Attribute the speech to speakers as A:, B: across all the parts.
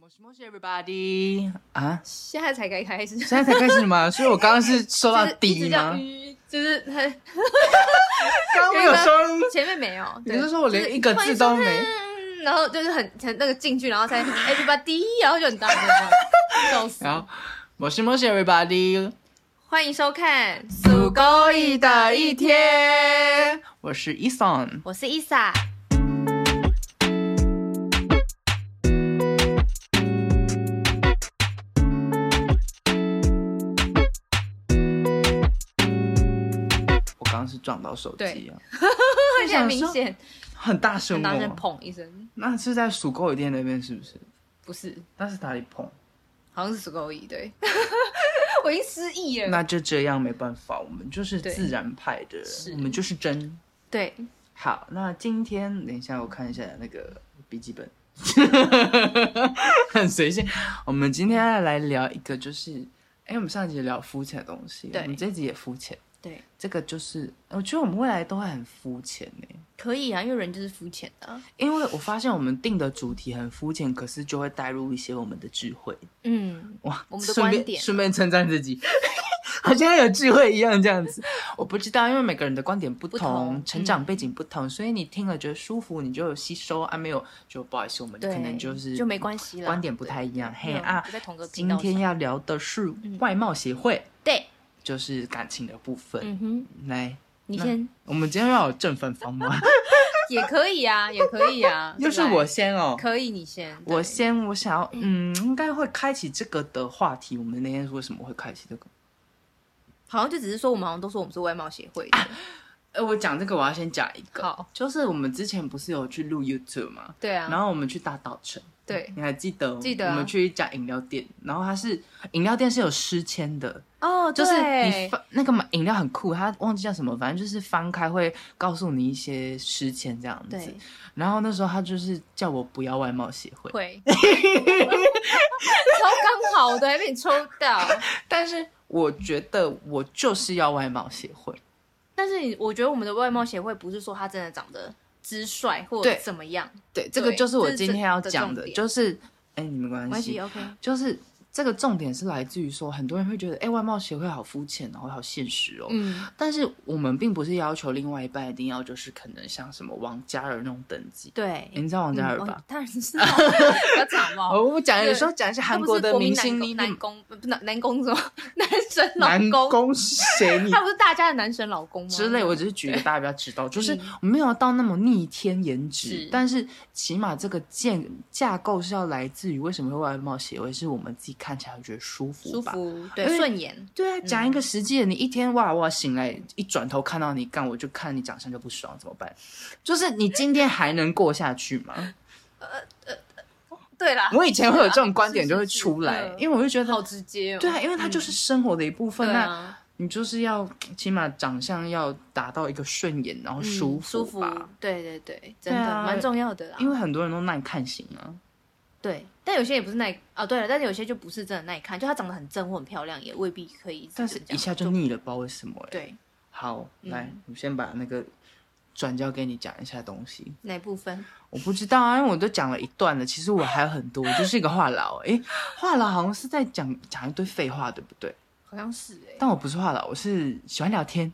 A: もしもし everybody 啊，
B: 现在才该开始，
A: 现在才开始吗？所以我刚刚是收到
B: 就是一
A: 低
B: 直
A: 吗
B: 叫？吁就是他
A: 刚刚没有收到一，
B: 前面没有。
A: 你
B: 对
A: 是说我连
B: 就是
A: 一个字都没
B: 欢迎收看然后就是很很那个进去，然后才 everybody，然后就很大声，笑死。
A: 然后もしもし everybody，
B: 欢迎收看，
A: 足 够一的一天，我是 Eason，
B: 我是 Isa。
A: 我刚刚是撞到手机啊，
B: 而且很明显，
A: 很大声
B: 很大声
A: 哦，
B: 砰一声，
A: 那是在蜀沟一店那边是不是？
B: 不是，
A: 那是哪里碰？
B: 好像是足够一对， 我已经失忆了。
A: 那就这样没办法，我们就是
B: 对
A: 自然派的人，
B: 是
A: 我们就是真。
B: 对，
A: 好，那今天等一下我看一下那个笔记本， 很随性。我们今天要来聊一个，就是哎、我们上一集聊肤浅的东西，
B: 对
A: 我们这集也肤浅。
B: 对，
A: 这个就是，我觉得我们未来都会很肤浅呢，
B: 可以啊，因为人就是肤浅的啊。
A: 因为我发现我们定的主题很肤浅，可是就会带入一些我们的智慧。
B: 嗯，
A: 哇，
B: 我们的
A: 顺便
B: 观点
A: 顺便称赞自己， 好像有智慧一样这样子。我不知道，因为每个人的观点不同，嗯
B: 不同
A: 成长背景不同，所以你听了觉得舒服，你就有吸收啊；没有就不好意思，我们
B: 对，
A: 可能就是
B: 就没关系了，
A: 观点不太一样。嘿
B: 没有
A: 啊
B: 不，在同个频
A: 今
B: 道
A: 天
B: 上
A: 要聊的是外貌协会，
B: 对，
A: 就是感情的部分。
B: 嗯哼，
A: 来，
B: 你
A: 那
B: 先
A: 我们今天要有正反方 吗？
B: 也可以啊，也可以
A: ，
B: 啊
A: 又是
B: 对不对
A: 我，先哦。
B: 可以你先，对
A: 我先，我想要，嗯，应该会开启这个的话题。我们那天为什么会开启这个？
B: 好像就只是说我们好像都说我们是外貌协会的，
A: 呃，我讲这个，我要先讲一个，
B: 好，
A: 就是我们之前不是有去录 YouTube 嘛，
B: 对啊，
A: 然后我们去大稻城，
B: 对
A: 你还记得哦？
B: 记得啊
A: 我们去一家饮料店，然后它是饮料店是有诗签的，
B: 哦，
A: 就是你
B: 对
A: 翻那个嘛饮料很酷，它忘记叫什么，反正就是翻开会告诉你一些诗签这样子
B: 对。
A: 然后那时候他就是叫我不要外貌协会，
B: 会，超刚好的，还被你抽到，
A: 但是我觉得我就是要外貌协会，
B: 但是你我觉得我们的外貌协会不是说他真的长得之帅或
A: 对
B: 者怎么样，
A: 对，这个
B: 对
A: 就是我
B: 这是
A: 今
B: 这
A: 天要
B: 的
A: 讲
B: 重
A: 的，
B: 点
A: 就是哎，你没关
B: 没关
A: 系
B: 系，，OK，
A: 就是这个重点是来自于说，很多人会觉得，哎、外貌协会好肤浅哦，好现实哦。
B: 嗯，
A: 但是我们并不是要求另外一半一定要就是可能像什么王嘉尔那种等级，
B: 对
A: 诶，你知道王嘉尔吧
B: 哦？当然是啊，不要吵嘛
A: 哦，我讲有
B: 对
A: 时候讲一些
B: 他
A: 韩
B: 不
A: 国
B: 是
A: 的
B: 国民
A: 明星，你
B: 男公男公不男男公什么 男神
A: 男
B: 老公，
A: 公是谁 你
B: 他不是大家的男神老公吗？
A: 之类，我只是举一个大家比较知道，就是
B: 嗯
A: 我没有到那么逆天颜值
B: 是，
A: 但是起码这个建架构是要来自于为什么会外貌协会，是我们自己看起来觉得舒服
B: 舒
A: 吧？
B: 服，
A: 因为
B: 对，顺眼，
A: 对啊，
B: 嗯
A: 讲一个实际的，你一天哇哇醒来，一转头看到你干，我就看你长相就不爽，怎么办？就是你今天还能过下去吗？
B: 对啦，
A: 我以前会有这种观点
B: 是
A: 就会
B: 是
A: 出来，
B: 嗯
A: 因为我就觉
B: 好
A: 得，
B: 直接哦。
A: 对啊，因为它就是生活的一部分，
B: 对
A: 那
B: 啊，
A: 你就是要起码长相要达到一个顺眼，然后
B: 嗯
A: 舒
B: 舒
A: 服
B: 服
A: 吧。，
B: 对对对，真的
A: 对啊
B: 蛮重要的啦。
A: 因为很多人都耐看型啊，
B: 对，但有些也不是耐哦，对了，但是有些就不是真的耐看，就他长得很正或很漂亮，也未必可以一直这
A: 但
B: 样。
A: 是一下就腻了，不知道为什么、欸。
B: 对嗯
A: 好，来，我先把那个转交给你讲一下东西。
B: 哪部分？
A: 我不知道啊，因为我都讲了一段了，其实我还有很多，我就是一个话痨。诶，话痨好像是在讲讲一堆废话，对不对？
B: 好像是哎，
A: 但我不是欸话痨，我是喜欢聊天，。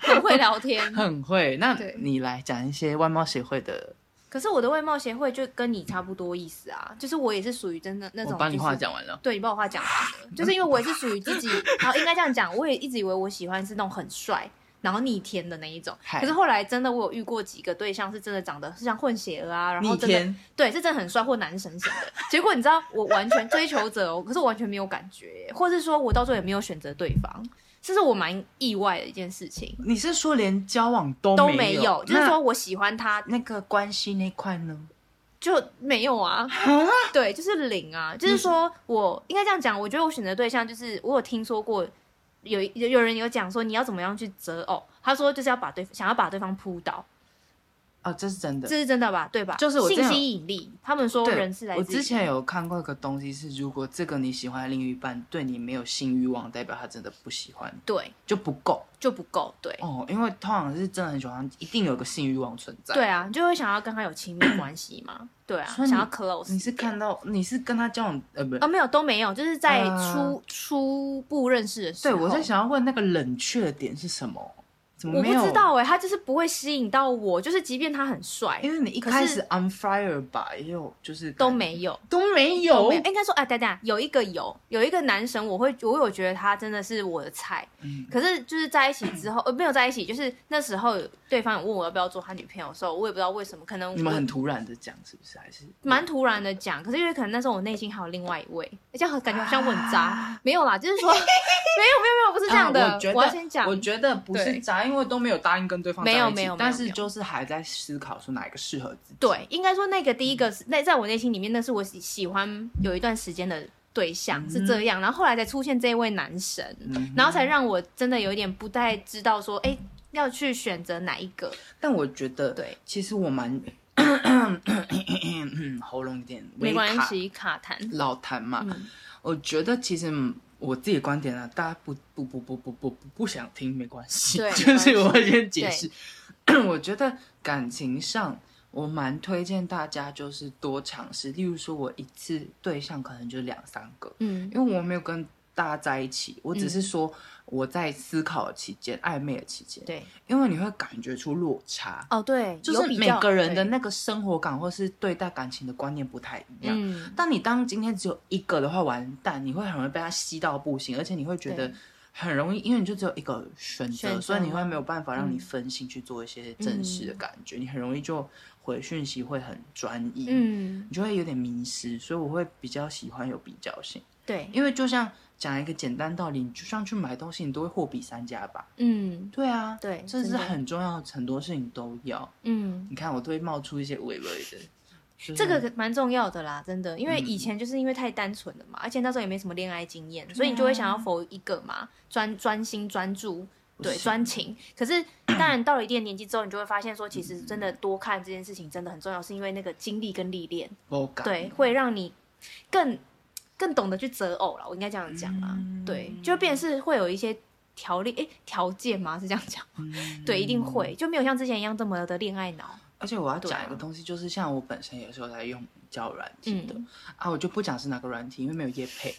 B: 很会聊天
A: 很会。那
B: 嗯对
A: 你来讲一些外貌协会的，
B: 可是我的外貌协会就跟你差不多意思啊，就是我也是属于真的那
A: 我
B: 种，
A: 帮你话
B: 讲。
A: 讲完了。
B: 对你把我话讲完了， 就是因为我也是属于自己， 然后应该这样讲，我也一直以为我喜欢是那种很帅，然后逆天的那一种。
A: 嗨
B: 可是后来真的我有遇过几个对象是真的长得是像混血儿啊，然后
A: 逆
B: 真的
A: 天，
B: 对是真的很帅或男神型的。 结果你知道我完全追求者哦，可 是我完全没有感觉耶，或是说我到最后也没有选择对方，这是我蛮意外的一件事情。
A: 你是说连交往都
B: 都
A: 没
B: 没有，就是
A: 那
B: 说我喜欢他
A: 那个关系那块呢？
B: 就没有啊，对，就是零啊，就是
A: 嗯
B: 说我应该这样讲，我觉得我选择对象就是我有听说过有有哦有人有讲说你要怎么样去择偶，他说就是要把对想要把对方扑倒，
A: 哦，这是真的
B: 这。是真的吧？对吧？
A: 就是我之
B: 信
A: 前有
B: 息引力，他们说
A: 对
B: 人是来
A: 我
B: 自于
A: 之前有看过一个东西是，如果这个你喜欢的另一半对你没有性欲望，代表他真的不喜欢你，
B: 对
A: 就不够
B: 就不够对。
A: 哦。因为通常是真的很喜欢，一定有一个性欲望存在。
B: 对，啊，你就会想要跟他有亲密关系 嘛？对啊，
A: 所以你
B: 想要 close
A: 你是
B: 一点
A: 看到你是跟他交往呃，不是
B: 啊、没有都没有，就是在
A: 啊
B: 初、初步认识的时
A: 对，
B: 候。
A: 我在，想要问那个冷却的点是什么？怎么
B: 我
A: 没
B: 不
A: 有？
B: 知，道哎、他就是不会吸引到我，就是即便他很帅
A: 因为你一
B: 可
A: 开
B: 是
A: 始 on fire 吧，也有就是
B: 都
A: 感
B: 没有。
A: 都没
B: 都
A: 有
B: 没有，应该说哎，等等，有一个有有一个男神，我会我有觉得他真的是我的菜，
A: 嗯
B: 可是就是在一起之后，呃，没有在一起，就是那时候对方有问我要不要做他女朋友的时候，我也不知道为什么，可能
A: 你们
B: 我
A: 很突然的讲，是不是？还是
B: 蛮突然的讲，可是因为可能那时候我内心还有另外一位，而且感觉好像我很渣，没有啦，就 是说没有没有没有，不是这样的，
A: 啊我觉得
B: 要先讲
A: 我，觉得不是
B: 对
A: 渣，因为都没有答应跟对方在一起
B: 没有没有没有
A: 但
B: 没
A: 是
B: 有
A: 就是还在思考说哪一个适合自己。，
B: 对，应该说那个第一个是那在我内心里面，那是我喜喜欢有一段时间的对象是这样，然后后来才出现这位男神，
A: 嗯
B: 然后才让我真的有一点不太知道说，哎、要去选择哪一个，
A: 但我觉得，
B: 对，
A: 其实我 蛮嗯喉咙有点微
B: 没关
A: 卡，
B: 系，卡痰，
A: 老痰嘛。
B: 嗯
A: 我觉得其实嗯我自己的观点呢、大家不不不不不不不不想听没关系
B: 对，
A: 就
B: 没
A: 是我
B: 关
A: 会先解释。 我觉得感情上，我蛮推荐大家就是多尝试，例如说我一次对象可能就两三个，
B: 嗯
A: 因为我没有跟大家在一起，我只是说我在思考的期间、暧昧的期间，
B: 对，
A: 因为你会感觉出落差，
B: 哦对，
A: 就
B: 有
A: 是
B: 比
A: 每
B: 较
A: 个人的
B: 对
A: 那个生活感或是对待感情的观念不太一样。
B: 嗯。
A: 但你当今天只有一个的话，完蛋，你会很容易被他吸到不行，而且你会觉得
B: 对
A: 很容易，因为你就只有一个选
B: 选
A: 择，
B: 择
A: 所以你会没有办法让你
B: 嗯
A: 分心去做一些正式的感觉，你很容易就回讯息会很专一，
B: 嗯
A: 你，就会有点迷失，所以我会比较喜欢有比较性。
B: 对，
A: 因为就像讲一个简单道理，你就像去买东西，你都会货比三家吧？
B: 嗯，
A: 对啊，
B: 对
A: 这
B: 真
A: 是
B: 的
A: 很重要，很多事情都要。
B: 嗯，
A: 你看，我都会冒出一些微微的，就是
B: 这个蛮重要的啦，真的，因为
A: 嗯
B: 以前就是因为太单纯了嘛，而且那时候也没什么恋爱经验，
A: 啊
B: 所以你就会想要否一个嘛，专专心专注，
A: 不
B: 对，
A: 行
B: 专情。可是当然到了一定的年纪之后，你就会发现说，其实真的多看这件事情真的很重要，是因为那个经历跟历练，
A: 不敢
B: 对，会让你更更懂得去择偶了。我应该这样讲啦，
A: 嗯
B: 对，就变成是会有一些条例，诶，条件吗？是这样讲？
A: 嗯
B: 对，一定会，就没有像之前一样这么的恋爱 脑。
A: 而且我要
B: 对
A: 讲
B: 啊
A: 一个东西，就是像我本身也是有在用交友软体的、
B: 嗯
A: 啊，我就不讲是哪个软体，因为没有业配。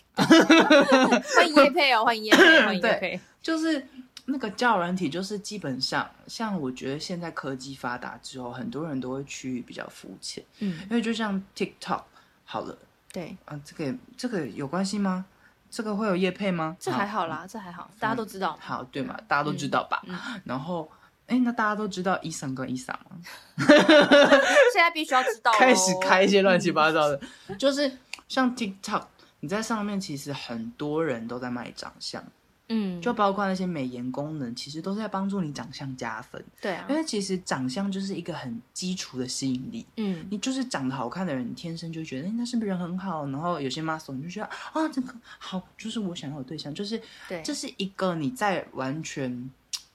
B: 欢迎叶配哦，欢迎叶配，欢迎叶
A: 对
B: 配。
A: 就是那个交友软体，就是基本上像我觉得现在科技发达之后，很多人都会趋于比较肤浅，
B: 嗯，
A: 因为就像 TikTok 好了。
B: 对。
A: 啊，这个这个有关系吗？这个会有业配吗？
B: 这还好啦，
A: 嗯
B: 这还好，大家都知道
A: 好，。好对嘛，大家都知道吧？
B: 嗯
A: 然后，哎，那大家都知道伊森跟伊莎吗？
B: 现在必须要知道、哦。
A: 开始开一些乱七八糟的， 就是像 TikTok，你在上面其实很多人都在卖长相，
B: 嗯，
A: 就包括那些美颜功能，其实都是在帮助你长相加分。
B: 对啊
A: 因，为其实长相就是一个很基础的吸引力，
B: 嗯，
A: 你就是长得好看的人，你天生就会觉得，哎、那是不是人很好？然后有些 muscle 你就觉得啊，这个好，就是我想要的对象，就是
B: 对，
A: 这是一个你在完全，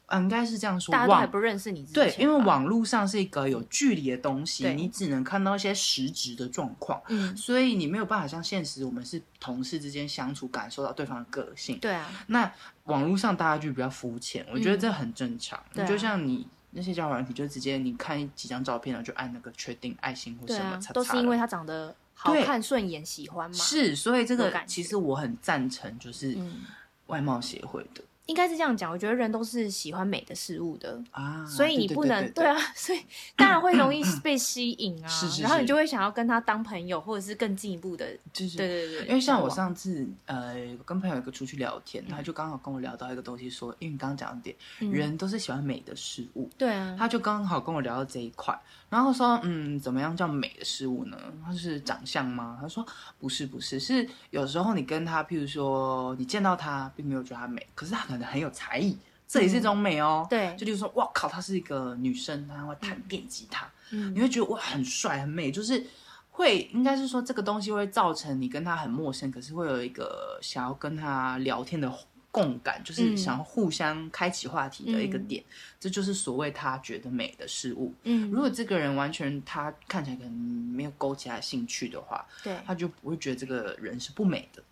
A: 啊，应该是这样说，
B: 大家都还
A: 网
B: 不认识你之前吧
A: 对，因为，网络上是一个有距离的东西，
B: 对
A: 你只能看到一些实质的状况，
B: 嗯，
A: 所以你没有办法像现实我们是同事之间相处，感受到对方的个性。
B: 对啊，
A: 那网络上大家就比较肤浅，我觉得
B: 嗯
A: 这很正常。
B: 对啊
A: 就像你那些交友软体，就直接你看几张照片，然后就按那个确定爱心或
B: 对
A: 什么，
B: 啊
A: 叉，叉
B: 都是因
A: 了
B: 为他长得好
A: 对
B: 看、顺眼、喜欢嘛。，
A: 是，所以这
B: 有
A: 个
B: 感觉
A: 其实我很赞成，就是
B: 嗯，
A: 外貌协会的
B: 应该是这样讲。我觉得人都是喜欢美的事物的，
A: 啊，
B: 所以你
A: 对
B: 不能
A: 对
B: 啊，所以当然会 容易被吸引啊。
A: 是是
B: 然后
A: 是
B: 你就会想要跟他当朋友，或者是更进一步的。
A: 对就是
B: 对对对，
A: 因为像我
B: 交往
A: 上次呃跟朋友一个出去聊天，他就刚好跟我聊到一个东西说，因为你刚刚讲的点，
B: 嗯
A: 人都是喜欢美的事物，
B: 对啊，
A: 他就刚好跟我聊到这一块，然后说，嗯，怎么样叫美的事物呢？他是长相吗？他说不是，不是，是有时候你跟他，譬如说你见到他，并没有觉得他美，可是他可能很有才艺，这也是一种美哦。
B: 嗯对
A: 就例如说，哇靠，她是一个女生，她会弹电吉他，
B: 嗯
A: 你会觉得哇很帅很美，就是会应该是说这个东西会造成你跟她很陌生，可是会有一个想要跟她聊天的共感，就是
B: 嗯
A: 想要互相开启话题的一个点，这就是所谓他觉得美的事物。
B: 嗯
A: 如，果这个人完全他看起来可能没有勾起他兴趣的话，
B: 对，
A: 他就不会觉得这个人是不美的。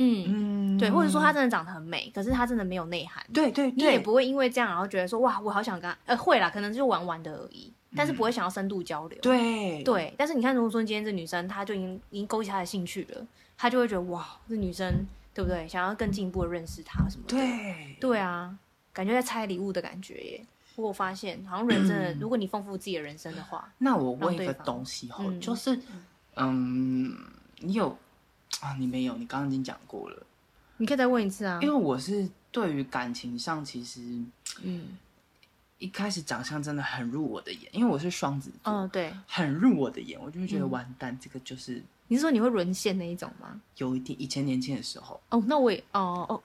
B: 嗯，
A: 嗯，
B: 对，或者说他真的长得很美，可是他真的没有内涵，
A: 对对
B: 你也
A: 对，
B: 不会因为这样然后觉得说哇，我好想跟他，呃，会啦，可能就玩玩的而已，但是不会想要深度交流。
A: 对
B: 对，但是你看，如果说今天这女生她就已经已经勾起他的兴趣了，他就会觉得哇，这女生对不对？想要更进一步的认识她什么的。
A: 对
B: 对啊，感觉在拆礼物的感觉耶。我发现，好像人生 的，
A: 嗯
B: 如果你丰富自己的人生的话，
A: 那我问一
B: 让
A: 个
B: 对方
A: 东西哈，
B: 嗯
A: 就是，嗯，你有啊？你没有，你刚刚已经讲过了。
B: 你可以再问一次啊
A: 因为。我是对于感情上，其实
B: 嗯
A: 一开始长相真的很入我的眼，因为我是双子座，
B: 嗯，对，
A: 很入我的眼，我就会觉得
B: 嗯
A: 完蛋，这个就是
B: 你是说你会沦陷那一种吗？
A: 有一点以前年轻的时候
B: 哦，那我也，哦 哦，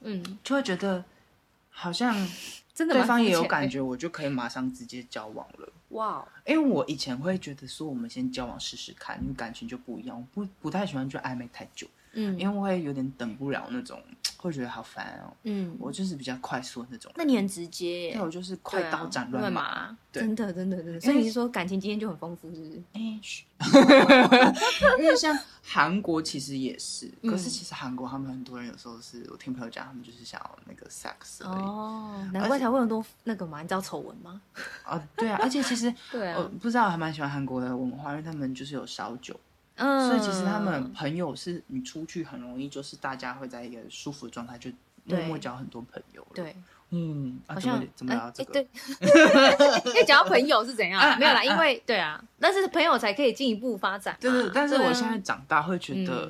B: 嗯，
A: 就会觉得好像
B: 真的
A: 对
B: 蛮
A: 方
B: 肤
A: 也有
B: 浅
A: 感
B: 的
A: 觉，我就可以马上直接交往了。
B: 哇哦，
A: 因为我以前会觉得说，我们先交往试试看，因为感情就不一样。我不不太喜欢就暧昧太久，
B: 嗯
A: 因为会有点等不了那种，会觉得好烦哦。
B: 嗯，
A: 我就是比较快速的那种，
B: 那你很直接
A: 因为
B: 耶，
A: 我就是
B: 对
A: 快
B: 啊
A: 刀斩乱麻。
B: 麻，
A: 对
B: 真的真的真的，所以
A: 因为
B: 你是说感情经验就很丰富，是不是？
A: 哎，嘘因为像韩国其实也是，
B: 嗯
A: 可是其实韩国他们很多人有时候是我听朋友讲，他们就是想要那个 sex 而已。
B: 哦，难怪才会有很多那个嘛，你知道丑闻吗？
A: 啊，对 啊，而且其实
B: 对
A: 我，不知道，我还蛮喜欢韩国的文化，因为他们就是有烧酒，
B: 嗯，
A: 所以其实他们朋友是你出去很容易，就是大家会在一个舒服的状态就。默
B: 对
A: 默交很多朋友了，
B: 对，
A: 嗯，啊、
B: 好
A: 怎么
B: 像
A: 怎么聊
B: 哎
A: 这个？
B: 哎 对，因为讲到朋友是怎
A: 啊
B: 样
A: 啊，
B: 没有啦，因为对啊，但是朋友才可以进一步发展嘛。
A: 对对，但是
B: 啊
A: 我现在长大会觉得，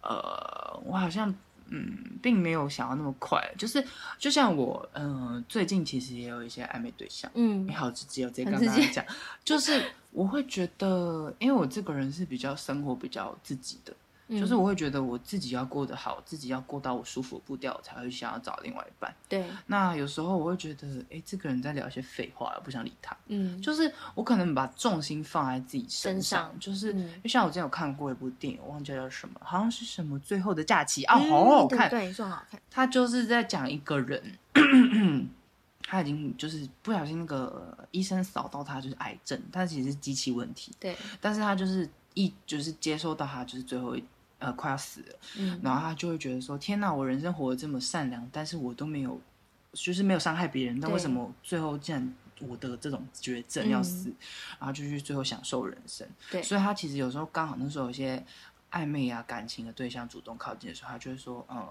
B: 嗯
A: 呃，我好像嗯，并没有想要那么快，就是就像我嗯、呃最近其实也有一些暧昧对象，
B: 嗯
A: 你好直接哦，直接
B: 很
A: 跟
B: 直
A: 大家
B: 接
A: 讲，就是我会觉得，因为我这个人是比较生活比较自己的，
B: 嗯
A: 就是我会觉得我自己要过得好，自己要过到我舒服的步调，我才会想要找另外一半。
B: 对，
A: 那有时候我会觉得，哎，这个人在聊一些废话，我不想理他。
B: 嗯，
A: 就是我可能把重心放在自己身上，
B: 身上
A: 就是、
B: 嗯
A: 因为像我之前有看过一部电影，我忘记叫什么，好像是什么《最后的假期》啊，
B: 嗯
A: 好好
B: 对
A: 看。
B: 对，说很好看，
A: 他就是在讲一个人， 他已经就是不小心那个呃医生扫到他就是癌症，但其实是机器问题，
B: 对，
A: 但是他就是一就是接收到他就是最后一呃快要死了，
B: 嗯
A: 然后他就会觉得说：天哪，我人生活得这么善良，但是我都没有，就是没有伤害别人，但
B: 对
A: 为什么最后竟然我得这种绝症
B: 嗯
A: 要死？然后就去最后享受人生。
B: 对
A: 所以他其实有时候刚好那时候有一些暧昧啊感情的对象主动靠近的时候，他就会说：嗯，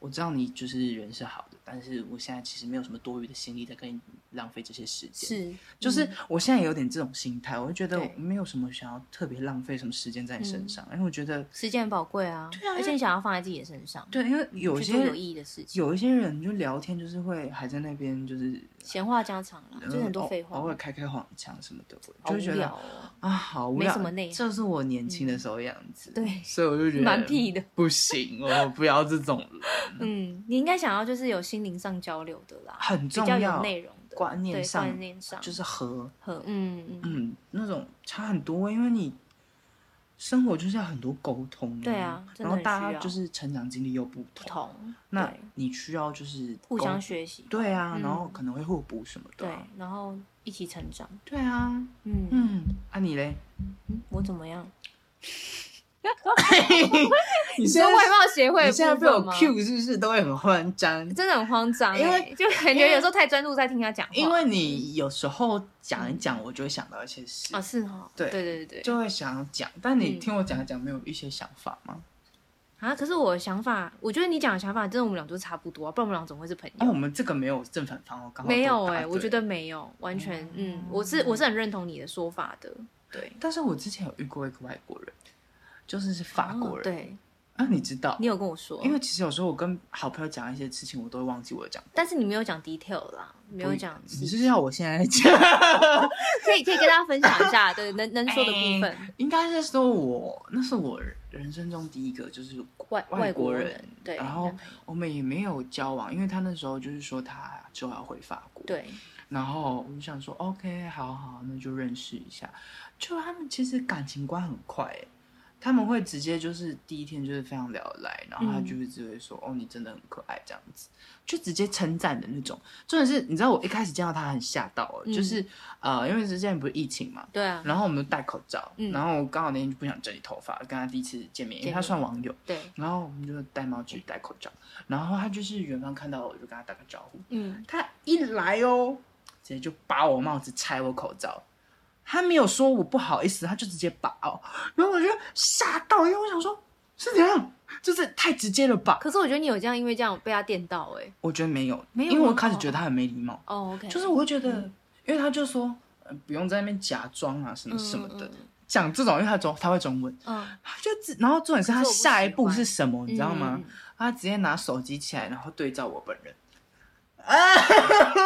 A: 我知道你就是人是好的，但是我现在其实没有什么多余的心力在跟你浪费这些时间。
B: 是，嗯
A: 就是我现在也有点这种心态，我就觉得
B: 对嗯
A: 没有什么想要特别浪费什么时间在你身上，因为我觉得
B: 时间很宝贵啊，
A: 对啊
B: 而且你想要放在自己的身上，
A: 对，因为有
B: 去
A: 些
B: 做有意义的事情，
A: 有一些人就聊天，就是会还在那边，就是
B: 闲话家常啦，就是很多
A: 嗯偶
B: 废话，
A: 偶尔开开黄腔什么的，我
B: 好
A: 就
B: 无
A: 会觉
B: 聊
A: 得
B: 哦，
A: 啊，好无聊，
B: 没什么内涵嗯
A: 这是我年轻的时候的样子。
B: 对
A: 所以 我就觉得
B: 蛮屁的，
A: 不行，我不要这 种人，
B: 嗯，你应该想要就是有心灵上交流的啦，
A: 很
B: 比
A: 重
B: 较
A: 要
B: 有内容的
A: 观念
B: 对
A: 上
B: 观念上
A: 就是和
B: 和嗯嗯，
A: 嗯那种差很多，因为你。生活就是要很多沟通、
B: 对啊真
A: 然
B: 的
A: 后
B: 很
A: 大
B: 需
A: 家
B: 要
A: 就是成长经历又不
B: 不
A: 同，
B: 同，
A: 那
B: 对
A: 你需要就是
B: 互
A: 沟
B: 相学习，
A: 对啊，然后
B: 嗯
A: 可能会互补什么的
B: 对
A: 啊、，
B: 然后一起成长，
A: 对啊，
B: 嗯
A: 嗯，啊你嘞？
B: 嗯，我怎么样？
A: 你
B: 你
A: 现
B: 说
A: 在
B: 外貌协会的
A: 你现在
B: 部
A: 被
B: 分
A: 我
B: 吗
A: Q 是不是都会很慌张？
B: 真的很慌张欸，
A: 因为
B: 就感
A: 因
B: 觉
A: 为
B: 有时候太专注在听他讲话，
A: 因为你有时候讲一讲，我就会想到一些事
B: 啊，是哈，
A: 对
B: 对对对对
A: 就会想要讲。但你
B: 嗯
A: 听我讲一讲，没有一些想法吗？
B: 啊，可是我的想法，我觉得你讲的想法真的我们俩都差不多啊，不然我们俩怎么会是朋
A: 那
B: 友？
A: 哦我们这个没有正反方哦，刚好
B: 没有
A: 哎、
B: 哎，我觉。得没有，完全嗯，我是我是很认同你的说法的，对，
A: 但是我之前有遇过一个外国人，就是是法国
B: 哦
A: 人。
B: 对
A: 啊，你知道？
B: 你有跟我说，
A: 因为其实有时候我跟好朋友讲一些事情，我都会忘记我讲。
B: 但是你没有讲 detail 啦，没有
A: 不
B: 讲
A: 你
B: 细，
A: 是要我现在讲？
B: 可以可以跟大家分享一下，对，能能说的部分，
A: 应该是说我那是我人生中第一个，就是
B: 外
A: 外
B: 外
A: 国
B: 国
A: 人
B: 人，对，
A: 然后
B: 男朋友
A: 我们也没有交往，因为他那时候就是说他之后要回法国，，
B: 对，
A: 然后我就想说 OK，好好，那就认识一下。就他们其实感情观很快、欸，他们会直接就是第一天就是非常聊得来，然后他
B: 嗯
A: 就是只会说、哦你真的很可爱这样子，就直接称赞的那种。重点是，你知道我一开始见到他很吓到了，
B: 嗯
A: 就是呃，因为之前不是疫情嘛，
B: 对啊，
A: 然后我们都戴口罩，
B: 嗯
A: 然后我刚好那天就不想整理头发，跟他第一次见面，因为
B: 见
A: 他
B: 面
A: 算网友，
B: 对，
A: 然后我们就戴帽子、戴口罩，然后他就是远方看到我，我就跟他打个招呼，
B: 嗯，
A: 他一来哦，直接就拔我帽子、拆我口罩。他没有说我不好意思，他就直接拔哦，然后我就吓到，因为我想说是怎样，就是太直接了吧？
B: 可是我觉得你有这样，因为这样被他电到哎、
A: 我觉得没有，啊
B: 没有
A: 因为我
B: 很
A: 开始
B: 好
A: 觉得他很没礼貌，
B: 哦，OK，
A: 就是我会觉得，因为他就说、呃不用在那边假装啊什么什么的，
B: 嗯
A: 讲这种，因为他中他会中文，
B: 嗯嗯，
A: 他就只然后重点是他
B: 可是我不喜
A: 下一步
B: 欢
A: 是什么，你知道吗？
B: 嗯？
A: 他直接拿手机起来，然后对照我本人，啊，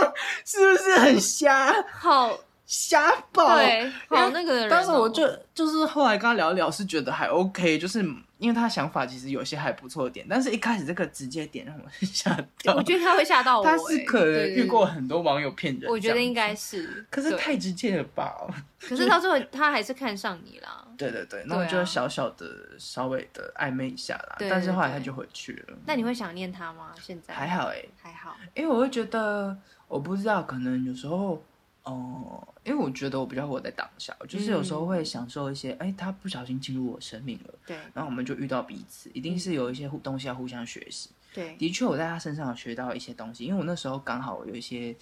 A: 是不是很瞎
B: 好，
A: 瞎爆？
B: 对，好那个人哦、
A: 当时我就就是后来跟他聊聊，是觉得还 OK，就是因为他想法其实有些还不错的点，但是一开始这个直接点让我 吓 到。
B: 我觉得他会吓到我、
A: 他
B: 欸，
A: 是可能
B: 对
A: 遇过，很多网友骗人
B: 对
A: 这
B: 对
A: 样，
B: 我觉得应该是，
A: 可是
B: 对
A: 太直接了吧？
B: 可是到最后他还是看上你啦。
A: 对对对，那我
B: 对啊
A: 就小小的稍微的暧昧一下啦，
B: 对
A: 但是后来
B: 对
A: 他
B: 对
A: 就回去了，
B: 那你会想念他吗？现在
A: 还好哎、
B: 还好，
A: 因为我会觉得，我不知道，可能有时候，哦、因为我觉得我比较活在当下，就是有时候
B: 嗯
A: 会享受一些，哎、他不小心进入我生命了，
B: 对
A: 然后我们就遇到彼此，一定是有一些互东西要互相学习。
B: 对，
A: 的确，我在他身上有学到一些东西，因为我那时候刚好有一些，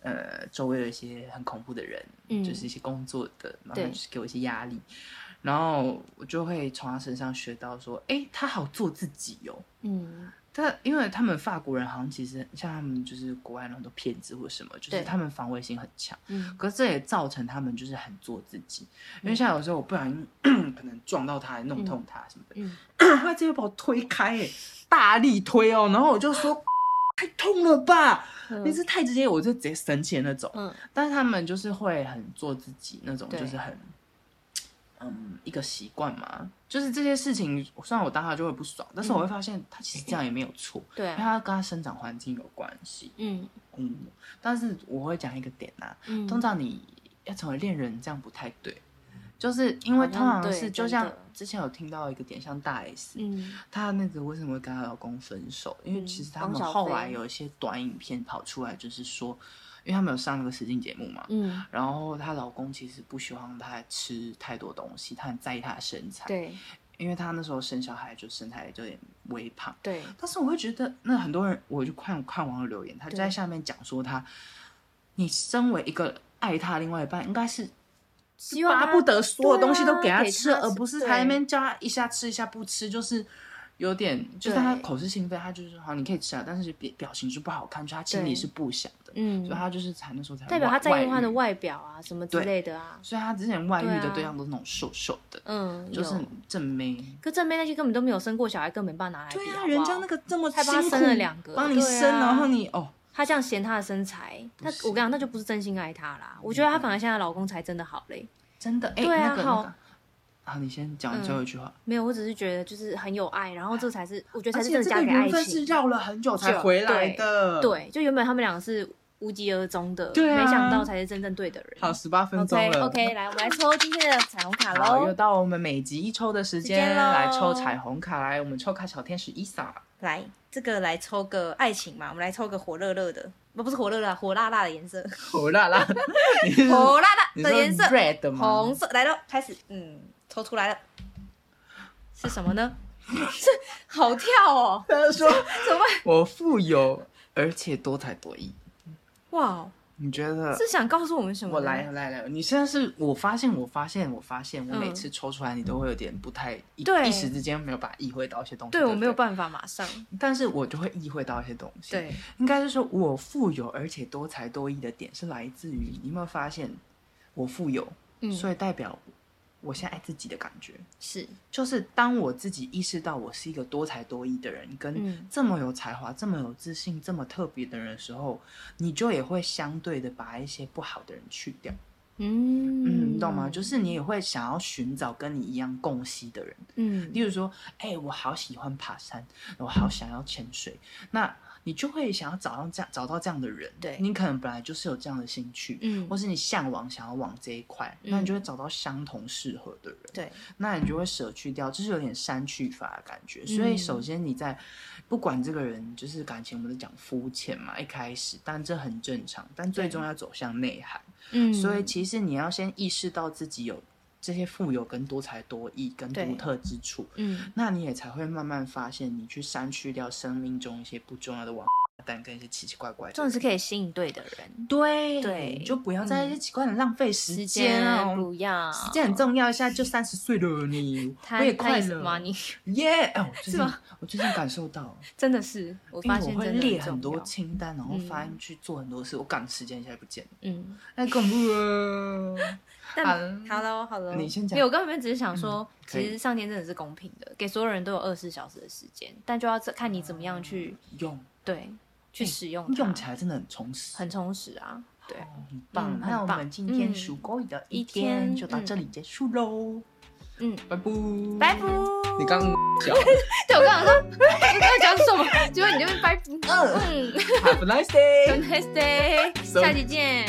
A: 呃，周围有一些很恐怖的人，
B: 嗯
A: 就是一些工作的，然后
B: 对
A: 就是给我一些压力，然后我就会从他身上学到说，哎，他好做自己哦。
B: 嗯，
A: 但因为他们法国人好像其实像他们就是国外那种多骗子或什么，就是
B: 对
A: 他们防卫心很强，
B: 嗯，
A: 可是这也造成他们就是很做自己。因为
B: 嗯
A: 像有时候我不小心 可能撞到他、弄痛他什么的，
B: 嗯
A: 他直接把我推开、欸，大力推哦，然后我就说 太痛了吧，
B: 嗯
A: 你是太直接，我就直接生气的那种。
B: 嗯
A: 但是他们就是会很做自己那种，
B: 对
A: 就是很，嗯，一个习惯嘛。就是这些事情，虽然我当下就会不爽，但是
B: 嗯
A: 我会发现他 其实这样也没有错，
B: 对
A: 因为
B: 啊，
A: 他跟他生长环境有关系。
B: 嗯
A: 嗯，但是我会讲一个点啊，
B: 嗯，
A: 通常你要成为恋人，这样不太对，就是因为
B: 好
A: 通
B: 像
A: 常
B: 对
A: 是就
B: 真
A: 像
B: 的
A: 之前有听到一个点，像大 S，
B: 嗯
A: 她那个为什么会跟她老公分手？因为
B: 嗯
A: 其实他
B: 汪
A: 们
B: 小
A: 后
B: 菲
A: 来有一些短影片跑出来，就是说，因为他们有上那个实境节目嘛，
B: 嗯，
A: 然后她老公其实不希望她吃太多东西，他很在意她的身材，，
B: 对
A: 因为她那时候生小孩就身材就有点微胖，
B: 对，
A: 但是我会觉得，那很多人我就看看网友留言，他就
B: 对
A: 在下面讲说他，你身为一个爱他另外一半，应该是
B: 希望
A: 巴
B: 他
A: 不得所有东西都给他
B: 对啊
A: 吃，
B: 给他吃
A: 而不是
B: 对
A: 还在那边叫他一下吃一下不吃，就是有点就是他
B: 对
A: 口是心非，他就是说好你可以吃啊，但是表表情是不好看，就他心里
B: 对
A: 是不想的，
B: 嗯
A: 所以，他就是才那时候才
B: 代表他在意他
A: 外
B: 的
A: 遇
B: 外表啊什么之
A: 对
B: 类的啊，
A: 所以他之前外遇的
B: 对啊
A: 对象都是那种瘦瘦的，
B: 嗯，
A: 就是
B: 有
A: 正妹。
B: 可正妹那些根本都没有生过小孩，根本没办法拿来比。
A: 啊
B: 好不好
A: 个这么
B: 还帮他
A: 辛苦
B: 生了两个
A: 帮你
B: 对啊
A: 生，然后你哦，
B: 她这样嫌她的身材，
A: 不
B: 那
A: 是
B: 我跟你讲，那就不是真心爱她啦。我觉得她反而现在老公才真的好嘞。
A: 真的哎，
B: 对啊
A: 那个那
B: 好嗯
A: 个，好，你先讲完最后一句话。
B: 没有，我只是觉得就是很有爱，然后这才是我觉得
A: 而
B: 才是
A: 且
B: 真的
A: 这
B: 嫁
A: 个
B: 给
A: 缘
B: 爱
A: 分是
B: 情。
A: 绕了很久才
B: 就
A: 回来
B: 对
A: 的，，
B: 对，就原本他们两个是无疾而终的，
A: 对啊
B: 没想到才是真正对的人。
A: 好，十八分钟
B: OK
A: 了
B: OK，来我们来抽今天的彩虹卡
A: 好，又
B: 喽。
A: 到我们每集一抽的时
B: 时
A: 间，
B: 间咯
A: 来抽彩虹卡，来我们抽卡小天使伊莎，
B: 来，这个来抽个爱情嘛，我们来抽个火热热的，不不是火热热啊，火辣辣 的颜色，
A: 火辣辣，你是
B: 火辣辣
A: 你
B: 的
A: 说
B: 颜色。
A: red 吗？
B: 红色来了，开始，嗯，抽出来了，是什么呢？ 是好跳哦，
A: 他说
B: 怎么办？
A: 我富有而且多才多艺，
B: 哇，哦
A: 你觉得？
B: 是想告诉我们什么？
A: 我来，啊来来，你现在是我发现，我发现，我发现，我每
B: 嗯
A: 次抽出来，你都会有点不太一，
B: 对
A: 一时之间没有办法意会到一些东西。
B: 对我没有
A: 法，
B: 办法马上，
A: 但是我就会意会到一些东西。，
B: 对，
A: 应该是说我富有而且多才多艺的点是来自于你有没有发现我富有，
B: 嗯，
A: 所以代表我现在爱自己的感觉。
B: 是，
A: 就是当我自己意识到我是一个多才多艺的人，跟
B: 嗯
A: 这么有才华、这么有自信、这么特别的人的时候，你就也会相对的把一些不好的人去掉。嗯，
B: 嗯
A: 你懂吗？就是你也会想要寻找跟你一样共惜的人，
B: 嗯
A: 例，如说，哎、我好喜欢爬山，我好想要潜水。那你就会想要找到这样找到这样的人。
B: 对
A: 你可能本来就是有这样的兴趣，
B: 嗯
A: 或是你向往想要往这一块，那你就会找到相同适合的人。
B: 对，
A: 那你就会舍去掉，就是有点删去法的感觉。所以
B: 嗯
A: 首先你在不管这个人就是感情，我们都讲肤浅嘛，一开始，但这很正常。但最终要走向内涵，
B: 嗯，
A: 所以其实你要先意识到自己有这些富有跟多才多艺跟
B: 对
A: 独特之处，
B: 嗯，
A: 那你也才会慢慢发现，你去删去掉生命中一些不重要的王八蛋跟一些奇奇怪怪的
B: 重点
A: 人。
B: 是可以吸引对的人，
A: 对
B: 对嗯
A: 就不要在一些奇怪的浪费时间啊、
B: 不要，
A: 时间很重要，现在就三十岁了你，我
B: 他
A: 也
B: 他
A: 快
B: 也是
A: 乐。
B: money，
A: 耶！哎，我最
B: 是
A: 近
B: 吗
A: 我最近感受到，
B: 真的是，我
A: 因为
B: 发
A: 哎我
B: 现
A: 会
B: 真的
A: 列
B: 重
A: 很多
B: 要
A: 清单，然后发现去做很多事，我赶时间一下就不见了，
B: 嗯，
A: 太恐怖了。好
B: 但好了好了，
A: 你先讲嗯
B: 没有，我刚刚只是想说，
A: 可以
B: 其实上天真的是公平的，给所有人都有二十四小时的时间，但就要看你怎么样去
A: 用
B: 对去
A: 嗯哎
B: 使用它，
A: 用起来真的很充实，
B: 很充实啊，对啊，
A: 哦很棒。
B: 嗯
A: 那我
B: 很棒
A: 们今天
B: 嗯
A: 数狗的
B: 一
A: 一天
B: 天
A: 就到这里结束喽，
B: 嗯，
A: 拜拜，
B: 拜拜。。
A: 你刚讲
B: 对，我刚想说哎你在讲什么， 结果你就被拜拜。嗯
A: Have a nice day。
B: ，Have a nice day，
A: So-
B: 下期见。